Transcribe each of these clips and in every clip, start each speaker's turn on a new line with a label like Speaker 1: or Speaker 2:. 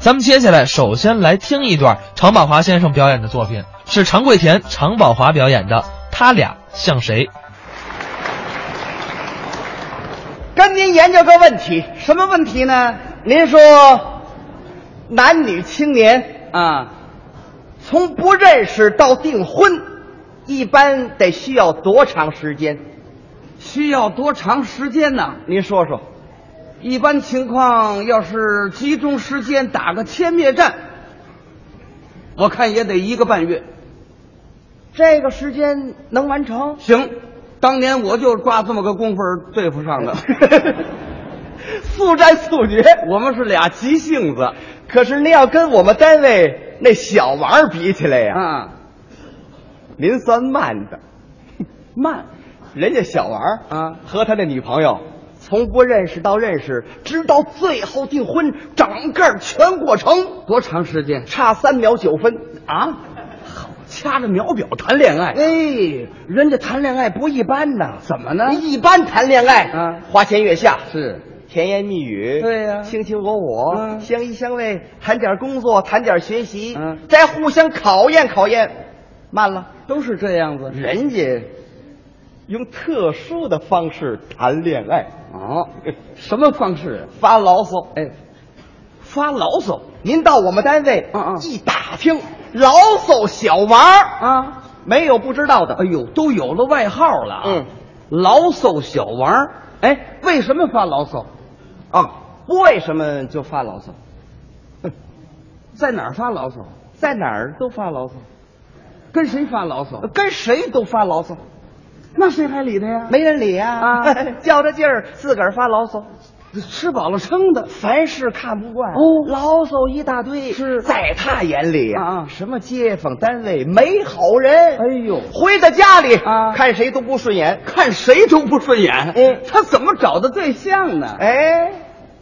Speaker 1: 咱们接下来首先来听一段常宝华先生表演的作品，是常贵田、常宝华表演的《他俩像谁》。
Speaker 2: 跟您研究个问题，什么问题呢？您说，男女青年啊，从不认识到订婚，一般得需要多长时间？
Speaker 3: 需要多长时间呢？
Speaker 2: 您说说，
Speaker 3: 一般情况，要是集中时间打个歼灭战，我看也得一个半月。
Speaker 2: 这个时间能完成？
Speaker 3: 行，当年我就抓这么个功夫儿对付上的。
Speaker 2: 速战速决。
Speaker 3: 我们是俩急性子
Speaker 2: 可是您要跟我们单位那小王儿比起来呀、
Speaker 3: 啊，
Speaker 2: 您算慢的。
Speaker 3: 慢
Speaker 2: 人家小王儿
Speaker 3: 啊
Speaker 2: 和他那女朋友，从不认识到认识，直到最后订婚，整个全过程
Speaker 3: 多长时间
Speaker 2: 差三秒九分。
Speaker 3: 啊？好，掐着秒表谈恋爱。
Speaker 2: 哎，人家谈恋爱不一般呐，
Speaker 3: 怎么呢
Speaker 2: 一般谈恋爱
Speaker 3: 啊
Speaker 2: 花前月下
Speaker 3: 是
Speaker 2: 甜言蜜语，
Speaker 3: 对呀
Speaker 2: 卿卿我我，
Speaker 3: 嗯
Speaker 2: 相依相偎，谈点工作，谈点学习，
Speaker 3: 嗯
Speaker 2: 再互相考验考验，慢了。
Speaker 3: 都是这样子。
Speaker 2: 人家用特殊的方式谈恋爱，
Speaker 3: 哦，什么方式？啊
Speaker 2: 发牢骚。
Speaker 3: 哎，发牢骚
Speaker 2: 您到我们单位，
Speaker 3: 嗯嗯
Speaker 2: 一打听牢骚小王儿，
Speaker 3: 啊！
Speaker 2: 没有不知道的。
Speaker 3: 哎呦，都有了外号了啊！
Speaker 2: 嗯，
Speaker 3: 牢骚小王儿。哎，为什么发牢骚？
Speaker 2: 啊，为什么就发牢骚？
Speaker 3: 在哪儿发牢骚？
Speaker 2: 在哪儿
Speaker 3: 都发牢骚，跟谁发牢骚？
Speaker 2: 跟谁都发牢骚，
Speaker 3: 那谁还理他呀？
Speaker 2: 没人理呀、
Speaker 3: 啊
Speaker 2: 较着劲儿自个儿发牢骚，
Speaker 3: 没，吃饱了撑的。
Speaker 2: 凡事看不惯
Speaker 3: 哦
Speaker 2: 牢骚一大堆。
Speaker 3: 是
Speaker 2: 在他眼里
Speaker 3: 啊啊
Speaker 2: 什么街坊单位没好人。
Speaker 3: 哎呦
Speaker 2: 回到家里
Speaker 3: 啊
Speaker 2: 看谁都不顺眼。
Speaker 3: 看谁都不顺眼，
Speaker 2: 嗯
Speaker 3: 他怎么找的对象呢？
Speaker 2: 哎，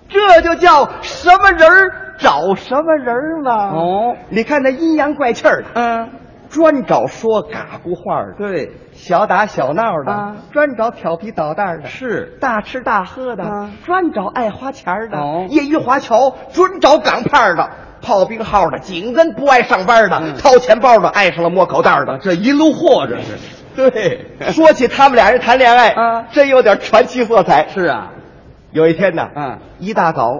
Speaker 2: 这就叫什么人儿找什么人儿嘛。
Speaker 3: 哦
Speaker 2: 你看那阴阳怪气儿的，
Speaker 3: 嗯，
Speaker 2: 专找说嘎咕话儿的，
Speaker 3: 对，
Speaker 2: 小打小闹的，
Speaker 3: 啊
Speaker 2: 专找调皮捣蛋儿的，
Speaker 3: 是
Speaker 2: 大吃大喝的，
Speaker 3: 啊
Speaker 2: 专找爱花钱儿的，
Speaker 3: 哦
Speaker 2: 业余华侨准找港派儿的。炮兵号的，紧跟不爱上班的，
Speaker 3: 嗯
Speaker 2: 掏钱包的，爱上了摸口袋儿的，
Speaker 3: 这一路货这是。
Speaker 2: 对，说起他们俩人谈恋爱，
Speaker 3: 啊
Speaker 2: 真有点传奇色彩。
Speaker 3: 是啊，
Speaker 2: 有一天呢，
Speaker 3: 嗯，
Speaker 2: 一大早，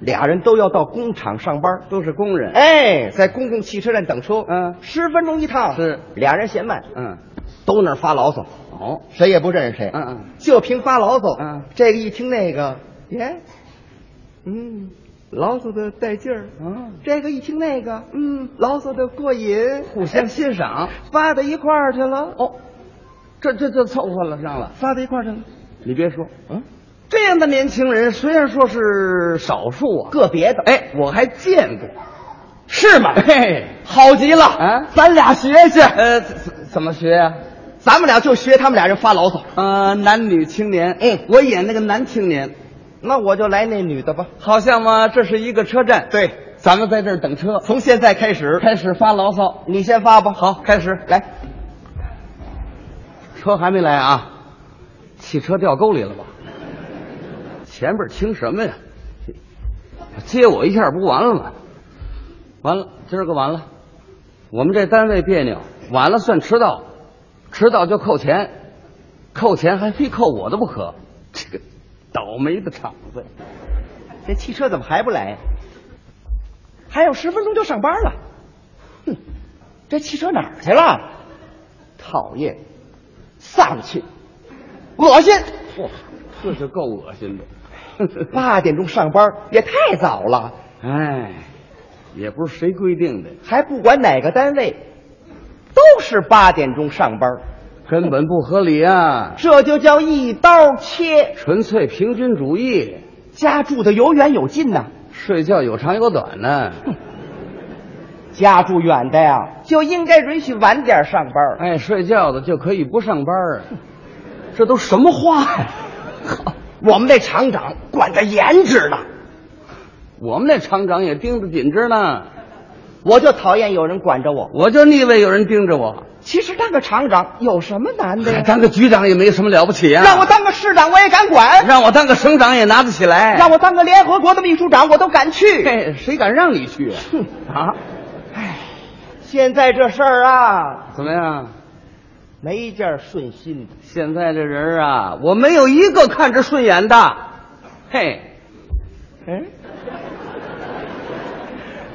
Speaker 2: 俩人都要到工厂上班，
Speaker 3: 都是工人。
Speaker 2: 哎，在公共汽车站等车，
Speaker 3: 嗯
Speaker 2: 十分钟一趟，
Speaker 3: 是
Speaker 2: 俩人嫌慢，
Speaker 3: 嗯，
Speaker 2: 都那儿发牢骚，
Speaker 3: 哦，
Speaker 2: 谁也不认识谁，
Speaker 3: 嗯嗯，
Speaker 2: 就凭发牢骚，
Speaker 3: 嗯
Speaker 2: 这个一听那个，耶，嗯，牢骚的带劲儿，
Speaker 3: 嗯，
Speaker 2: 这个一听那个，嗯，牢骚的过瘾，
Speaker 3: 互相欣赏，
Speaker 2: 发到一块儿去了，
Speaker 3: 哦，这这就凑合了上了。
Speaker 2: 发到一块儿去了，
Speaker 3: 你别说，嗯，这样的年轻人虽然说是少数啊，
Speaker 2: 个别的，
Speaker 3: 哎，我还见过。
Speaker 2: 是吗？
Speaker 3: 嘿，
Speaker 2: 好极了，
Speaker 3: 啊
Speaker 2: 咱俩学去，
Speaker 3: 呃，怎怎么学呀、
Speaker 2: 咱们俩就学他们俩人发牢骚。
Speaker 3: 呃，男女青年，
Speaker 2: 嗯
Speaker 3: 我演那个男青年，
Speaker 2: 那我就来那女的吧。
Speaker 3: 好像嘛，这是一个车站，，
Speaker 2: 对，
Speaker 3: 咱们在这儿等车，
Speaker 2: 从现在开始，
Speaker 3: 开始发牢骚，
Speaker 2: 你先发吧。
Speaker 3: 好，开始，
Speaker 2: 来，
Speaker 3: 车还没来啊，汽车掉沟里了吧？前边听什么呀？接我一下不完了吗？完了，今儿个完了，我们这单位别扭，晚了算迟到，迟到就扣钱，扣钱还非扣我的不可，这个倒霉的厂子呀。
Speaker 2: 这汽车怎么还不来呀？还有十分钟就上班了。哼，这汽车哪儿啊去了？讨厌，丧气，恶 心。
Speaker 3: 嚯，这就够恶心的。
Speaker 2: 八点钟上班也太早了，
Speaker 3: 哎，也不是谁规定的，
Speaker 2: 还不管哪个单位，都是八点钟上班，
Speaker 3: 根本不合理啊！
Speaker 2: 这就叫一刀切。
Speaker 3: 纯粹平均主义，
Speaker 2: 家住的有远有近呐、
Speaker 3: 睡觉有长有短呢。
Speaker 2: 家住远的呀，就应该允许晚点上班。
Speaker 3: 哎，睡觉的就可以不上班啊，这都什么话呀、
Speaker 2: 我们那厂长管得严着呢，
Speaker 3: 我们那厂长也盯得紧着呢，
Speaker 2: 我就讨厌有人管着我。
Speaker 3: 我就腻歪有人盯着我，
Speaker 2: 其实当个厂长有什么难的
Speaker 3: 哎
Speaker 2: 呀？
Speaker 3: 当个局长也没什么了不起啊。
Speaker 2: 让我当个市长我也敢管，
Speaker 3: 让我当个省长也拿得起来。
Speaker 2: 让我当个联合国的秘书长我都敢去。
Speaker 3: 哎嘿，谁敢让你去啊？
Speaker 2: 哼
Speaker 3: 啊，
Speaker 2: 现在这事儿啊，
Speaker 3: 怎么样？
Speaker 2: 没一件顺心的。
Speaker 3: 现在这人啊，我没有一个看着顺眼的。嘿，
Speaker 2: 嗯，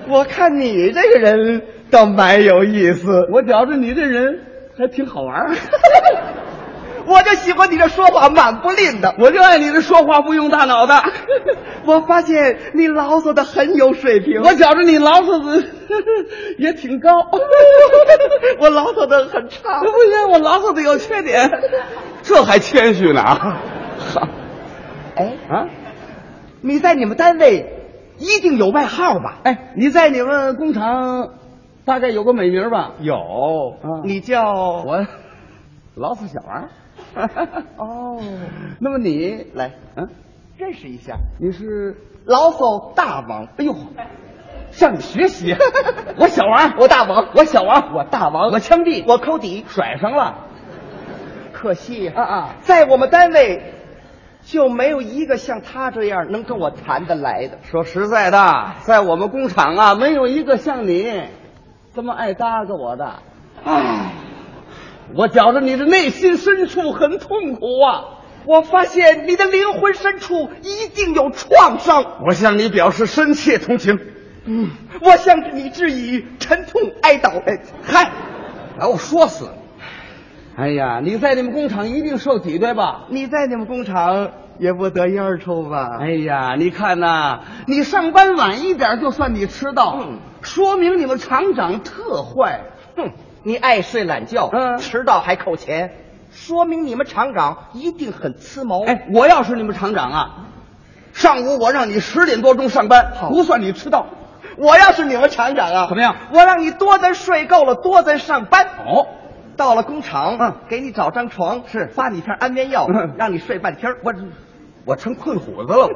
Speaker 2: 我看你这个人倒蛮有意思，
Speaker 3: 我觉着你这人还挺好玩 儿
Speaker 2: 我就喜欢你这说话蛮不吝的。
Speaker 3: 我就爱你这说话不用大脑的。
Speaker 2: 我发现你牢骚的很有水平，
Speaker 3: 我觉着你牢骚子 也挺高。
Speaker 2: 我牢骚的很差
Speaker 3: 不。行，我牢骚的有 缺点，这还谦虚呢 啊！
Speaker 2: 哎，
Speaker 3: 啊，
Speaker 2: 你在你们单位一定有外号吧？
Speaker 3: 哎，你在你们工厂大概有个美名吧？
Speaker 2: 有，
Speaker 3: 啊
Speaker 2: 你叫
Speaker 3: 我老死小王。
Speaker 2: 哦，
Speaker 3: 那么你
Speaker 2: 来
Speaker 3: 嗯、
Speaker 2: 认识一下
Speaker 3: 你是
Speaker 2: 牢骚大王。哎呦，
Speaker 3: 向你 学习啊我小王，
Speaker 2: 我大王，
Speaker 3: 我小王，我大王，我枪毙，
Speaker 2: 我抠底，
Speaker 3: 甩上了
Speaker 2: 可惜呀
Speaker 3: 啊啊！
Speaker 2: 在我们单位就没有一个像他这样能跟我谈得来的。
Speaker 3: 说实在的，在我们工厂啊，没有一个像你这么爱搭个我的。
Speaker 2: 唉，
Speaker 3: 我觉着你的内心深处很痛苦啊！
Speaker 2: 我发现你的灵魂深处一定有创伤。
Speaker 3: 我向你表示深切同情。
Speaker 2: 我向你致以沉痛哀悼。哎，嗨，
Speaker 3: 把我说死了！哎呀，你在你们工厂一定受挤兑吧？
Speaker 2: 你在你们工厂也不得烟儿抽吧？
Speaker 3: 哎呀，你看呐、你上班晚一点就算你迟到，说明你们厂长特坏。
Speaker 2: 嗯哼，你爱睡懒觉，
Speaker 3: 嗯
Speaker 2: 迟到还扣钱，说明你们厂长一定很呲毛。
Speaker 3: 哎，我要是你们厂长啊，上午我让你十点多钟上班，不算你迟到。
Speaker 2: 我要是你们厂长啊，
Speaker 3: 怎么样
Speaker 2: 我让你多咱睡够了，多咱上班。
Speaker 3: 哦，
Speaker 2: 到了工厂，
Speaker 3: 嗯
Speaker 2: 给你找张床，
Speaker 3: 是
Speaker 2: 发你片安眠药，
Speaker 3: 嗯
Speaker 2: 让你睡半天儿。
Speaker 3: 我我成困虎子了。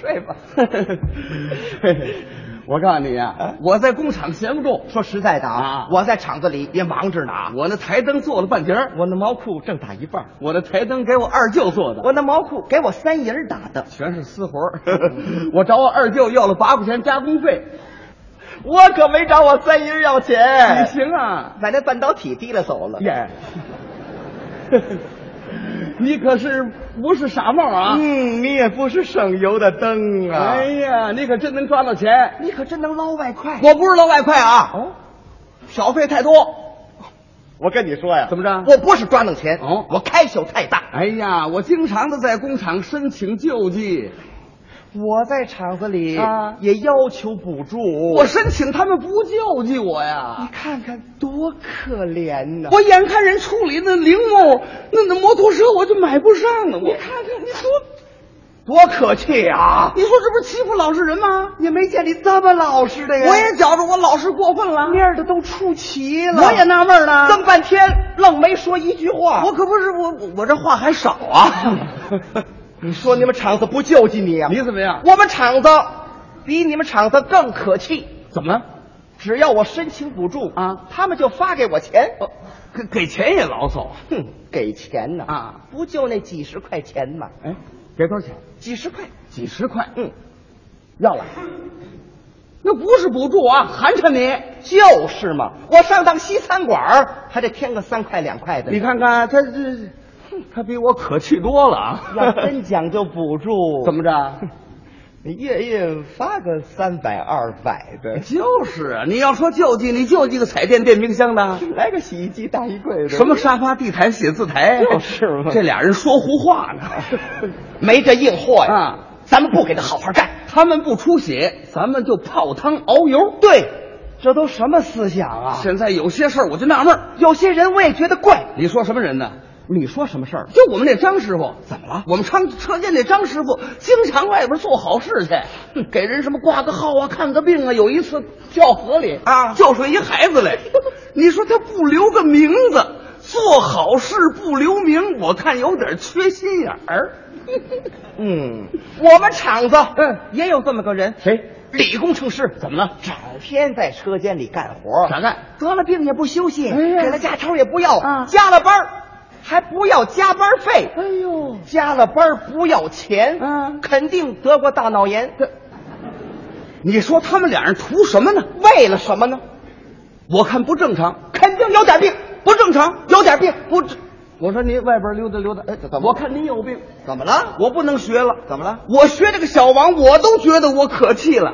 Speaker 2: 睡吧
Speaker 3: 我告诉你
Speaker 2: 啊
Speaker 3: 啊，我在工厂闲不住，
Speaker 2: 说实在的啊
Speaker 3: 啊，
Speaker 2: 我在厂子里也忙着呢啊。
Speaker 3: 我那台灯做了半截儿
Speaker 2: 我那毛裤正打一半儿，
Speaker 3: 我的台灯给我二舅做的，
Speaker 2: 我那毛裤给我三姨儿打的。
Speaker 3: 全是私活儿我找我二舅要了八块钱加工费，
Speaker 2: 我可没找我三姨儿要
Speaker 3: 你
Speaker 2: 钱，
Speaker 3: 行啊？
Speaker 2: 把那半导体提了走了。
Speaker 3: 耶，你可是不是傻帽啊？
Speaker 2: 嗯，你也不是省油的灯啊
Speaker 3: 哎呀，你可真能赚到钱！
Speaker 2: 你可真能捞外快。
Speaker 3: 我不是捞外快啊，
Speaker 2: 哦，
Speaker 3: 小费太多。
Speaker 2: 我跟你说呀
Speaker 3: 怎么着
Speaker 2: 我不是抓弄钱，
Speaker 3: 啊哦
Speaker 2: 我开销太大。
Speaker 3: 哎呀，我经常的在工厂申请救济，
Speaker 2: 我在厂子里
Speaker 3: 啊
Speaker 2: 也要求补助。
Speaker 3: 我申请他们不救济我
Speaker 2: 你
Speaker 3: 呀。
Speaker 2: 看看多可怜呐！
Speaker 3: 我眼看人处理那铃木，那那摩托车我就买不上了。我
Speaker 2: 你看看，你说多可气啊！
Speaker 3: 你说这不是欺负老实人吗？
Speaker 2: 也没见你这么老实的呀。
Speaker 3: 我也觉着我老实过分了，
Speaker 2: 面儿的都出齐了。
Speaker 3: 我也纳闷呢。
Speaker 2: 瞪半天，愣没说一句话。
Speaker 3: 我可不是我我我这话还少啊。
Speaker 2: 你说你们厂子不救济你啊？
Speaker 3: 你怎么样？
Speaker 2: 我们厂子比你们厂子更可气。
Speaker 3: 怎么了？
Speaker 2: 只要我申请补助
Speaker 3: 啊
Speaker 2: 他们就发给我钱。
Speaker 3: 哦给给钱也牢骚啊？
Speaker 2: 哼，给钱呢
Speaker 3: 啊，
Speaker 2: 不就那几十块钱吗？
Speaker 3: 哎，给多少钱？
Speaker 2: 几十块，
Speaker 3: 几十块。
Speaker 2: 嗯，
Speaker 3: 要了。那不是补助啊，寒碜你！
Speaker 2: 就是嘛。我上趟西餐馆儿还得添个三块两块的。
Speaker 3: 你看看他这，他比我可气多了啊！
Speaker 2: 要真讲究补助，
Speaker 3: 怎么着？
Speaker 2: 月月发个三百二百的，
Speaker 3: 就是啊，你要说救济，你救济个彩电、电冰箱的，
Speaker 2: 来个洗衣机、大衣柜的，
Speaker 3: 什么沙发、地毯、写字台，
Speaker 2: 就是嘛
Speaker 3: 这俩人说胡话 呢。
Speaker 2: 没这硬货呀！
Speaker 3: 啊，
Speaker 2: 哎咱们不给他好好干。
Speaker 3: 他们不出血，咱们就泡汤熬油。
Speaker 2: 对，这都什么思想啊？
Speaker 3: 现在有些事儿我就纳闷儿，
Speaker 2: 有些人我也觉得怪。
Speaker 3: 你说什么人呢？
Speaker 2: 你说什么事儿？
Speaker 3: 就我们那张师傅怎么了？我们昌车间那张师傅经常外边做好事去，给人什么挂个号啊、看个病啊。有一次掉河里
Speaker 2: 啊
Speaker 3: 救出一孩子 来。你说他不留个名字，做好事不留名，我看有点 缺心眼儿。
Speaker 2: 嗯，我们厂子
Speaker 3: 嗯
Speaker 2: 也有这么个人，
Speaker 3: 谁？
Speaker 2: 理工程师，
Speaker 3: 怎么了？
Speaker 2: 整天在车间里干活，
Speaker 3: 咋干？
Speaker 2: 得了病也不休息，
Speaker 3: 哎呀
Speaker 2: 给了假条也不要，
Speaker 3: 啊
Speaker 2: 加了班儿还不要加班费，
Speaker 3: 哎呦，
Speaker 2: 加了班儿不要钱，
Speaker 3: 嗯
Speaker 2: 肯定得过大脑炎。
Speaker 3: 你说他们俩人图什么呢？
Speaker 2: 为了什么呢？
Speaker 3: 我看不正常，
Speaker 2: 肯定有点病，不正常，有点病不正。
Speaker 3: 我说您外边溜达溜达，哎，怎么？我看您有病，
Speaker 2: 怎么了？
Speaker 3: 我不能学了。
Speaker 2: 怎么了？
Speaker 3: 我学这个小王，我都觉得我可气了。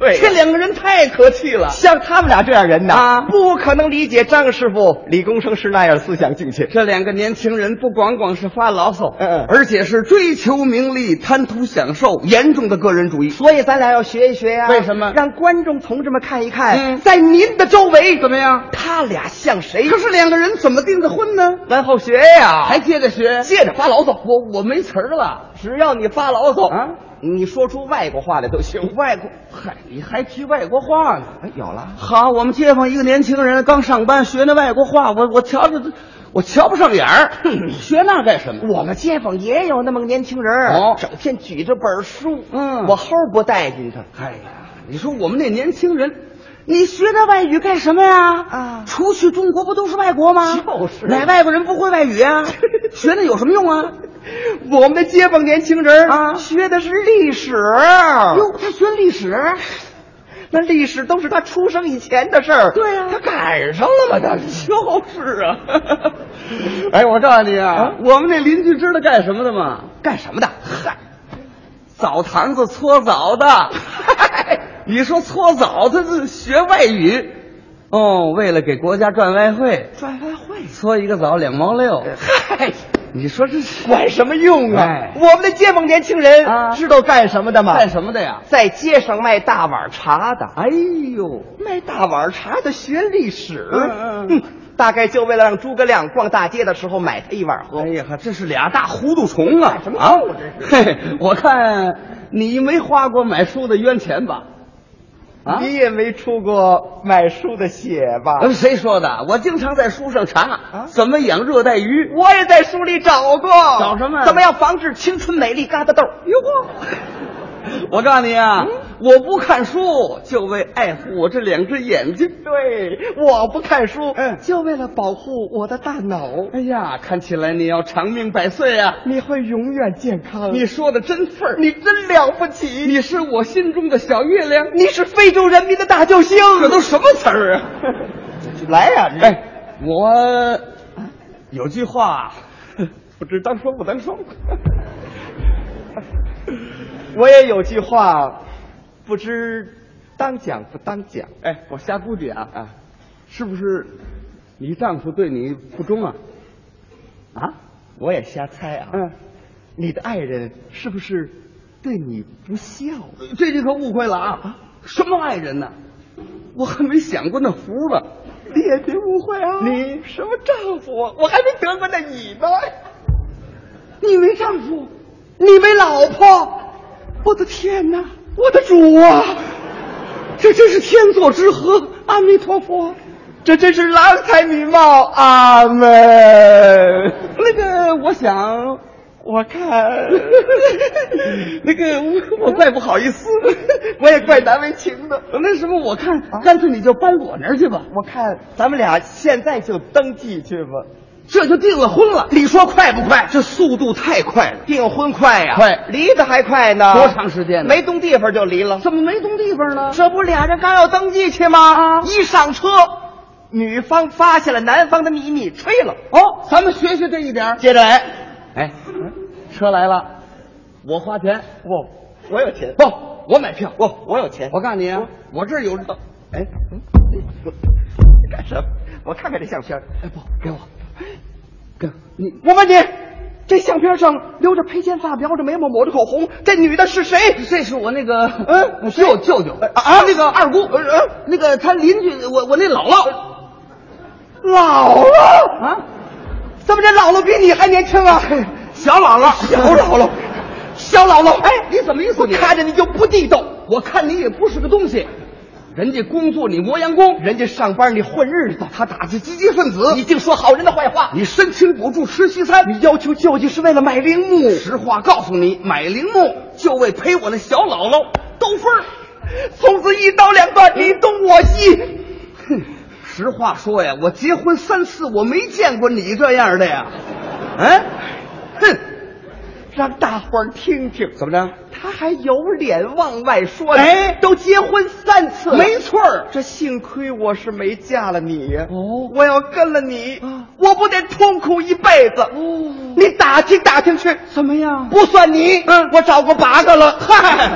Speaker 2: 对呀
Speaker 3: 这两个人太可气了。
Speaker 2: 像他们俩这样人呐，
Speaker 3: 啊
Speaker 2: 不可能理解张师傅、李工程师那样的思想境界。
Speaker 3: 这两个年轻人不光光是发牢骚，
Speaker 2: 嗯嗯
Speaker 3: 而且是追求名利、贪图享受，严重的个人主义。
Speaker 2: 所以咱俩要学一学呀、
Speaker 3: 为什么
Speaker 2: 让观众同志们看一看，
Speaker 3: 嗯
Speaker 2: 在您的周围
Speaker 3: 怎么样？
Speaker 2: 他俩像谁？
Speaker 3: 可是两个人怎么订的婚呢？
Speaker 2: 咱好学呀、
Speaker 3: 还哎接着学，
Speaker 2: 接着发牢骚。
Speaker 3: 我我没词儿了。
Speaker 2: 只要你发牢骚
Speaker 3: 啊，
Speaker 2: 你说出外国话来都行。
Speaker 3: 外国，嗨，你还提外国话呢？
Speaker 2: 哎，有了，
Speaker 3: 好，我们街坊一个年轻人刚上班，学那外国话，我我瞧着，我瞧不上眼儿，学那干什么？
Speaker 2: 我们街坊也有那么个年轻人儿，
Speaker 3: 哦
Speaker 2: 整天举着本书，
Speaker 3: 嗯
Speaker 2: 我齁不待见他。
Speaker 3: 哎呀，你说我们那年轻人，你学那外语干什么呀？
Speaker 2: 啊
Speaker 3: 除去中国不都是外国吗？
Speaker 2: 就是
Speaker 3: 哪外国人不会外语啊？ 学那有什么用啊？
Speaker 2: 我们街坊年轻人儿
Speaker 3: 啊
Speaker 2: 学的是历史，
Speaker 3: 哟，他学历史，
Speaker 2: 那历史都是他出生以前的事儿。
Speaker 3: 对呀啊
Speaker 2: 他赶上了吗？他
Speaker 3: 就是啊。 哎，我告诉你啊，我们那邻居知道干什么的吗？
Speaker 2: 干什么的？
Speaker 3: 嗨，澡堂子搓澡 的。你说搓澡，他是学外语。哦，为了给国家赚外汇，哎
Speaker 2: 转发会。
Speaker 3: 搓一个澡两毛六。
Speaker 2: 嗨，
Speaker 3: 你说这是
Speaker 2: 管什么用啊？
Speaker 3: 哎
Speaker 2: 我们的街坊年轻人、
Speaker 3: 啊
Speaker 2: 知道干什么的吗？
Speaker 3: 干什么的呀？
Speaker 2: 在街上卖大碗茶的，
Speaker 3: 哎呦，
Speaker 2: 卖大碗茶的学历史，
Speaker 3: 嗯嗯嗯
Speaker 2: 大概就为了让诸葛亮逛大街的时候买他一碗喝。
Speaker 3: 哎呀，这是俩大糊涂虫啊！
Speaker 2: 干什么
Speaker 3: 啊
Speaker 2: 用啊这？
Speaker 3: 嘿，我看你没花过买书的冤钱吧？啊？
Speaker 2: 你也没出过买书的血吧？
Speaker 3: 呃谁说的？我经常在书上查、
Speaker 2: 啊
Speaker 3: 怎么养热带鱼。
Speaker 2: 我也在书里找过，
Speaker 3: 找什么呀
Speaker 2: 怎么样防治青春美丽疙瘩痘？哟
Speaker 3: 我告诉你
Speaker 2: 嗯
Speaker 3: 啊，我不看书，就为爱护我这两只眼睛。
Speaker 2: 对，我不看书，
Speaker 3: 嗯
Speaker 2: 就为了保护我的大脑，
Speaker 3: 哎呀，看起来你要长命百岁啊！
Speaker 2: 你会永远健康。
Speaker 3: 你说的真刺儿，
Speaker 2: 啊你真了不起，
Speaker 3: 你是我心中的小月亮。
Speaker 2: 你是非洲人民的大救星。
Speaker 3: 这都什么词儿啊？
Speaker 2: 来呀、你
Speaker 3: 哎，我有句话，不知当说不当说。
Speaker 2: 我也有句话，不知当讲不当讲。
Speaker 3: 哎，我瞎估计啊啊，是不是你丈夫对你不忠啊？啊？
Speaker 2: 我也瞎猜啊，
Speaker 3: 嗯，
Speaker 2: 你的爱人是不是对你不孝？
Speaker 3: 这你可误会了啊！什么爱人呢？我还没想过那福呢。
Speaker 2: 你也别误会啊，
Speaker 3: 你
Speaker 2: 什么丈夫啊？我还没得过那你呢。
Speaker 3: 你没丈夫，
Speaker 2: 你没老婆，我的天哪，我的主啊，
Speaker 3: 这真是天作之合！阿弥陀佛。
Speaker 2: 这真是郎才女貌，阿门。
Speaker 3: 那个，我想，
Speaker 2: 我看，
Speaker 3: 那个我我怪不好意思，
Speaker 2: 我也怪难为情的。
Speaker 3: 那什么，我看干脆你就搬啊我那儿去吧，
Speaker 2: 我看咱们俩现在就登记去吧。
Speaker 3: 这就订了婚了。你说快不快？这速度太快了。
Speaker 2: 订婚快呀、
Speaker 3: 快
Speaker 2: 离得还快呢。
Speaker 3: 多长时间呢
Speaker 2: 啊没动地方就离了。
Speaker 3: 怎么没动地方呢？
Speaker 2: 这不俩人刚要登记去吗？
Speaker 3: 啊
Speaker 2: 一上车，女方发现了男方的秘密，吹了。
Speaker 3: 哦，咱们学学这一点儿。
Speaker 2: 接着来，
Speaker 3: 哎，车来了，我花钱。
Speaker 2: 我我有钱，
Speaker 3: 不，我买票。
Speaker 2: 我我有钱，
Speaker 3: 我告诉你
Speaker 2: 哦
Speaker 3: 啊，我这儿有道。
Speaker 2: 哎，嗯干什么？我看看这相片儿。
Speaker 3: 哎，不，给我，给我你
Speaker 2: 我问你，这相片上留着披肩发，描着眉毛，抹着口红，这女的是谁？
Speaker 3: 这是我那个
Speaker 2: 嗯
Speaker 3: 舅舅舅
Speaker 2: 哎啊
Speaker 3: 那个二姑，
Speaker 2: 呃呃
Speaker 3: 那个他邻居，我我那姥姥
Speaker 2: 老了，
Speaker 3: 啊，
Speaker 2: 怎么这姥姥比你还年轻啊？
Speaker 3: 小姥姥，
Speaker 2: 小姥姥，小姥姥，哎，
Speaker 3: 你怎么意思
Speaker 2: 我
Speaker 3: 你
Speaker 2: 看着你就不地道。
Speaker 3: 我看你也不是个东西，人家工作你磨洋工，
Speaker 2: 人家上班你混日子，
Speaker 3: 他打击积极分子，
Speaker 2: 你净说好人的坏话。
Speaker 3: 你申请补助吃西餐，
Speaker 2: 你要求救济是为了买铃木，
Speaker 3: 实话告诉你，买铃木就为陪我那小姥姥兜风儿。
Speaker 2: 从此一刀两断，你东我西。
Speaker 3: 哼，实话说呀，我结婚三次，我没见过你这样的呀。嗯，哼，
Speaker 2: 哎让大伙儿听听，
Speaker 3: 怎么着？
Speaker 2: 他还有脸往外说呢？
Speaker 3: 哎
Speaker 2: 都结婚三次了，
Speaker 3: 没错儿
Speaker 2: 这幸亏我是没嫁了你呀。
Speaker 3: 哦
Speaker 2: 我要跟了你
Speaker 3: 啊，
Speaker 2: 我不得痛苦一辈子？
Speaker 3: 哦
Speaker 2: 你打听打听去，
Speaker 3: 怎么样？
Speaker 2: 不算你，
Speaker 3: 嗯
Speaker 2: 我找个八个了。嗨，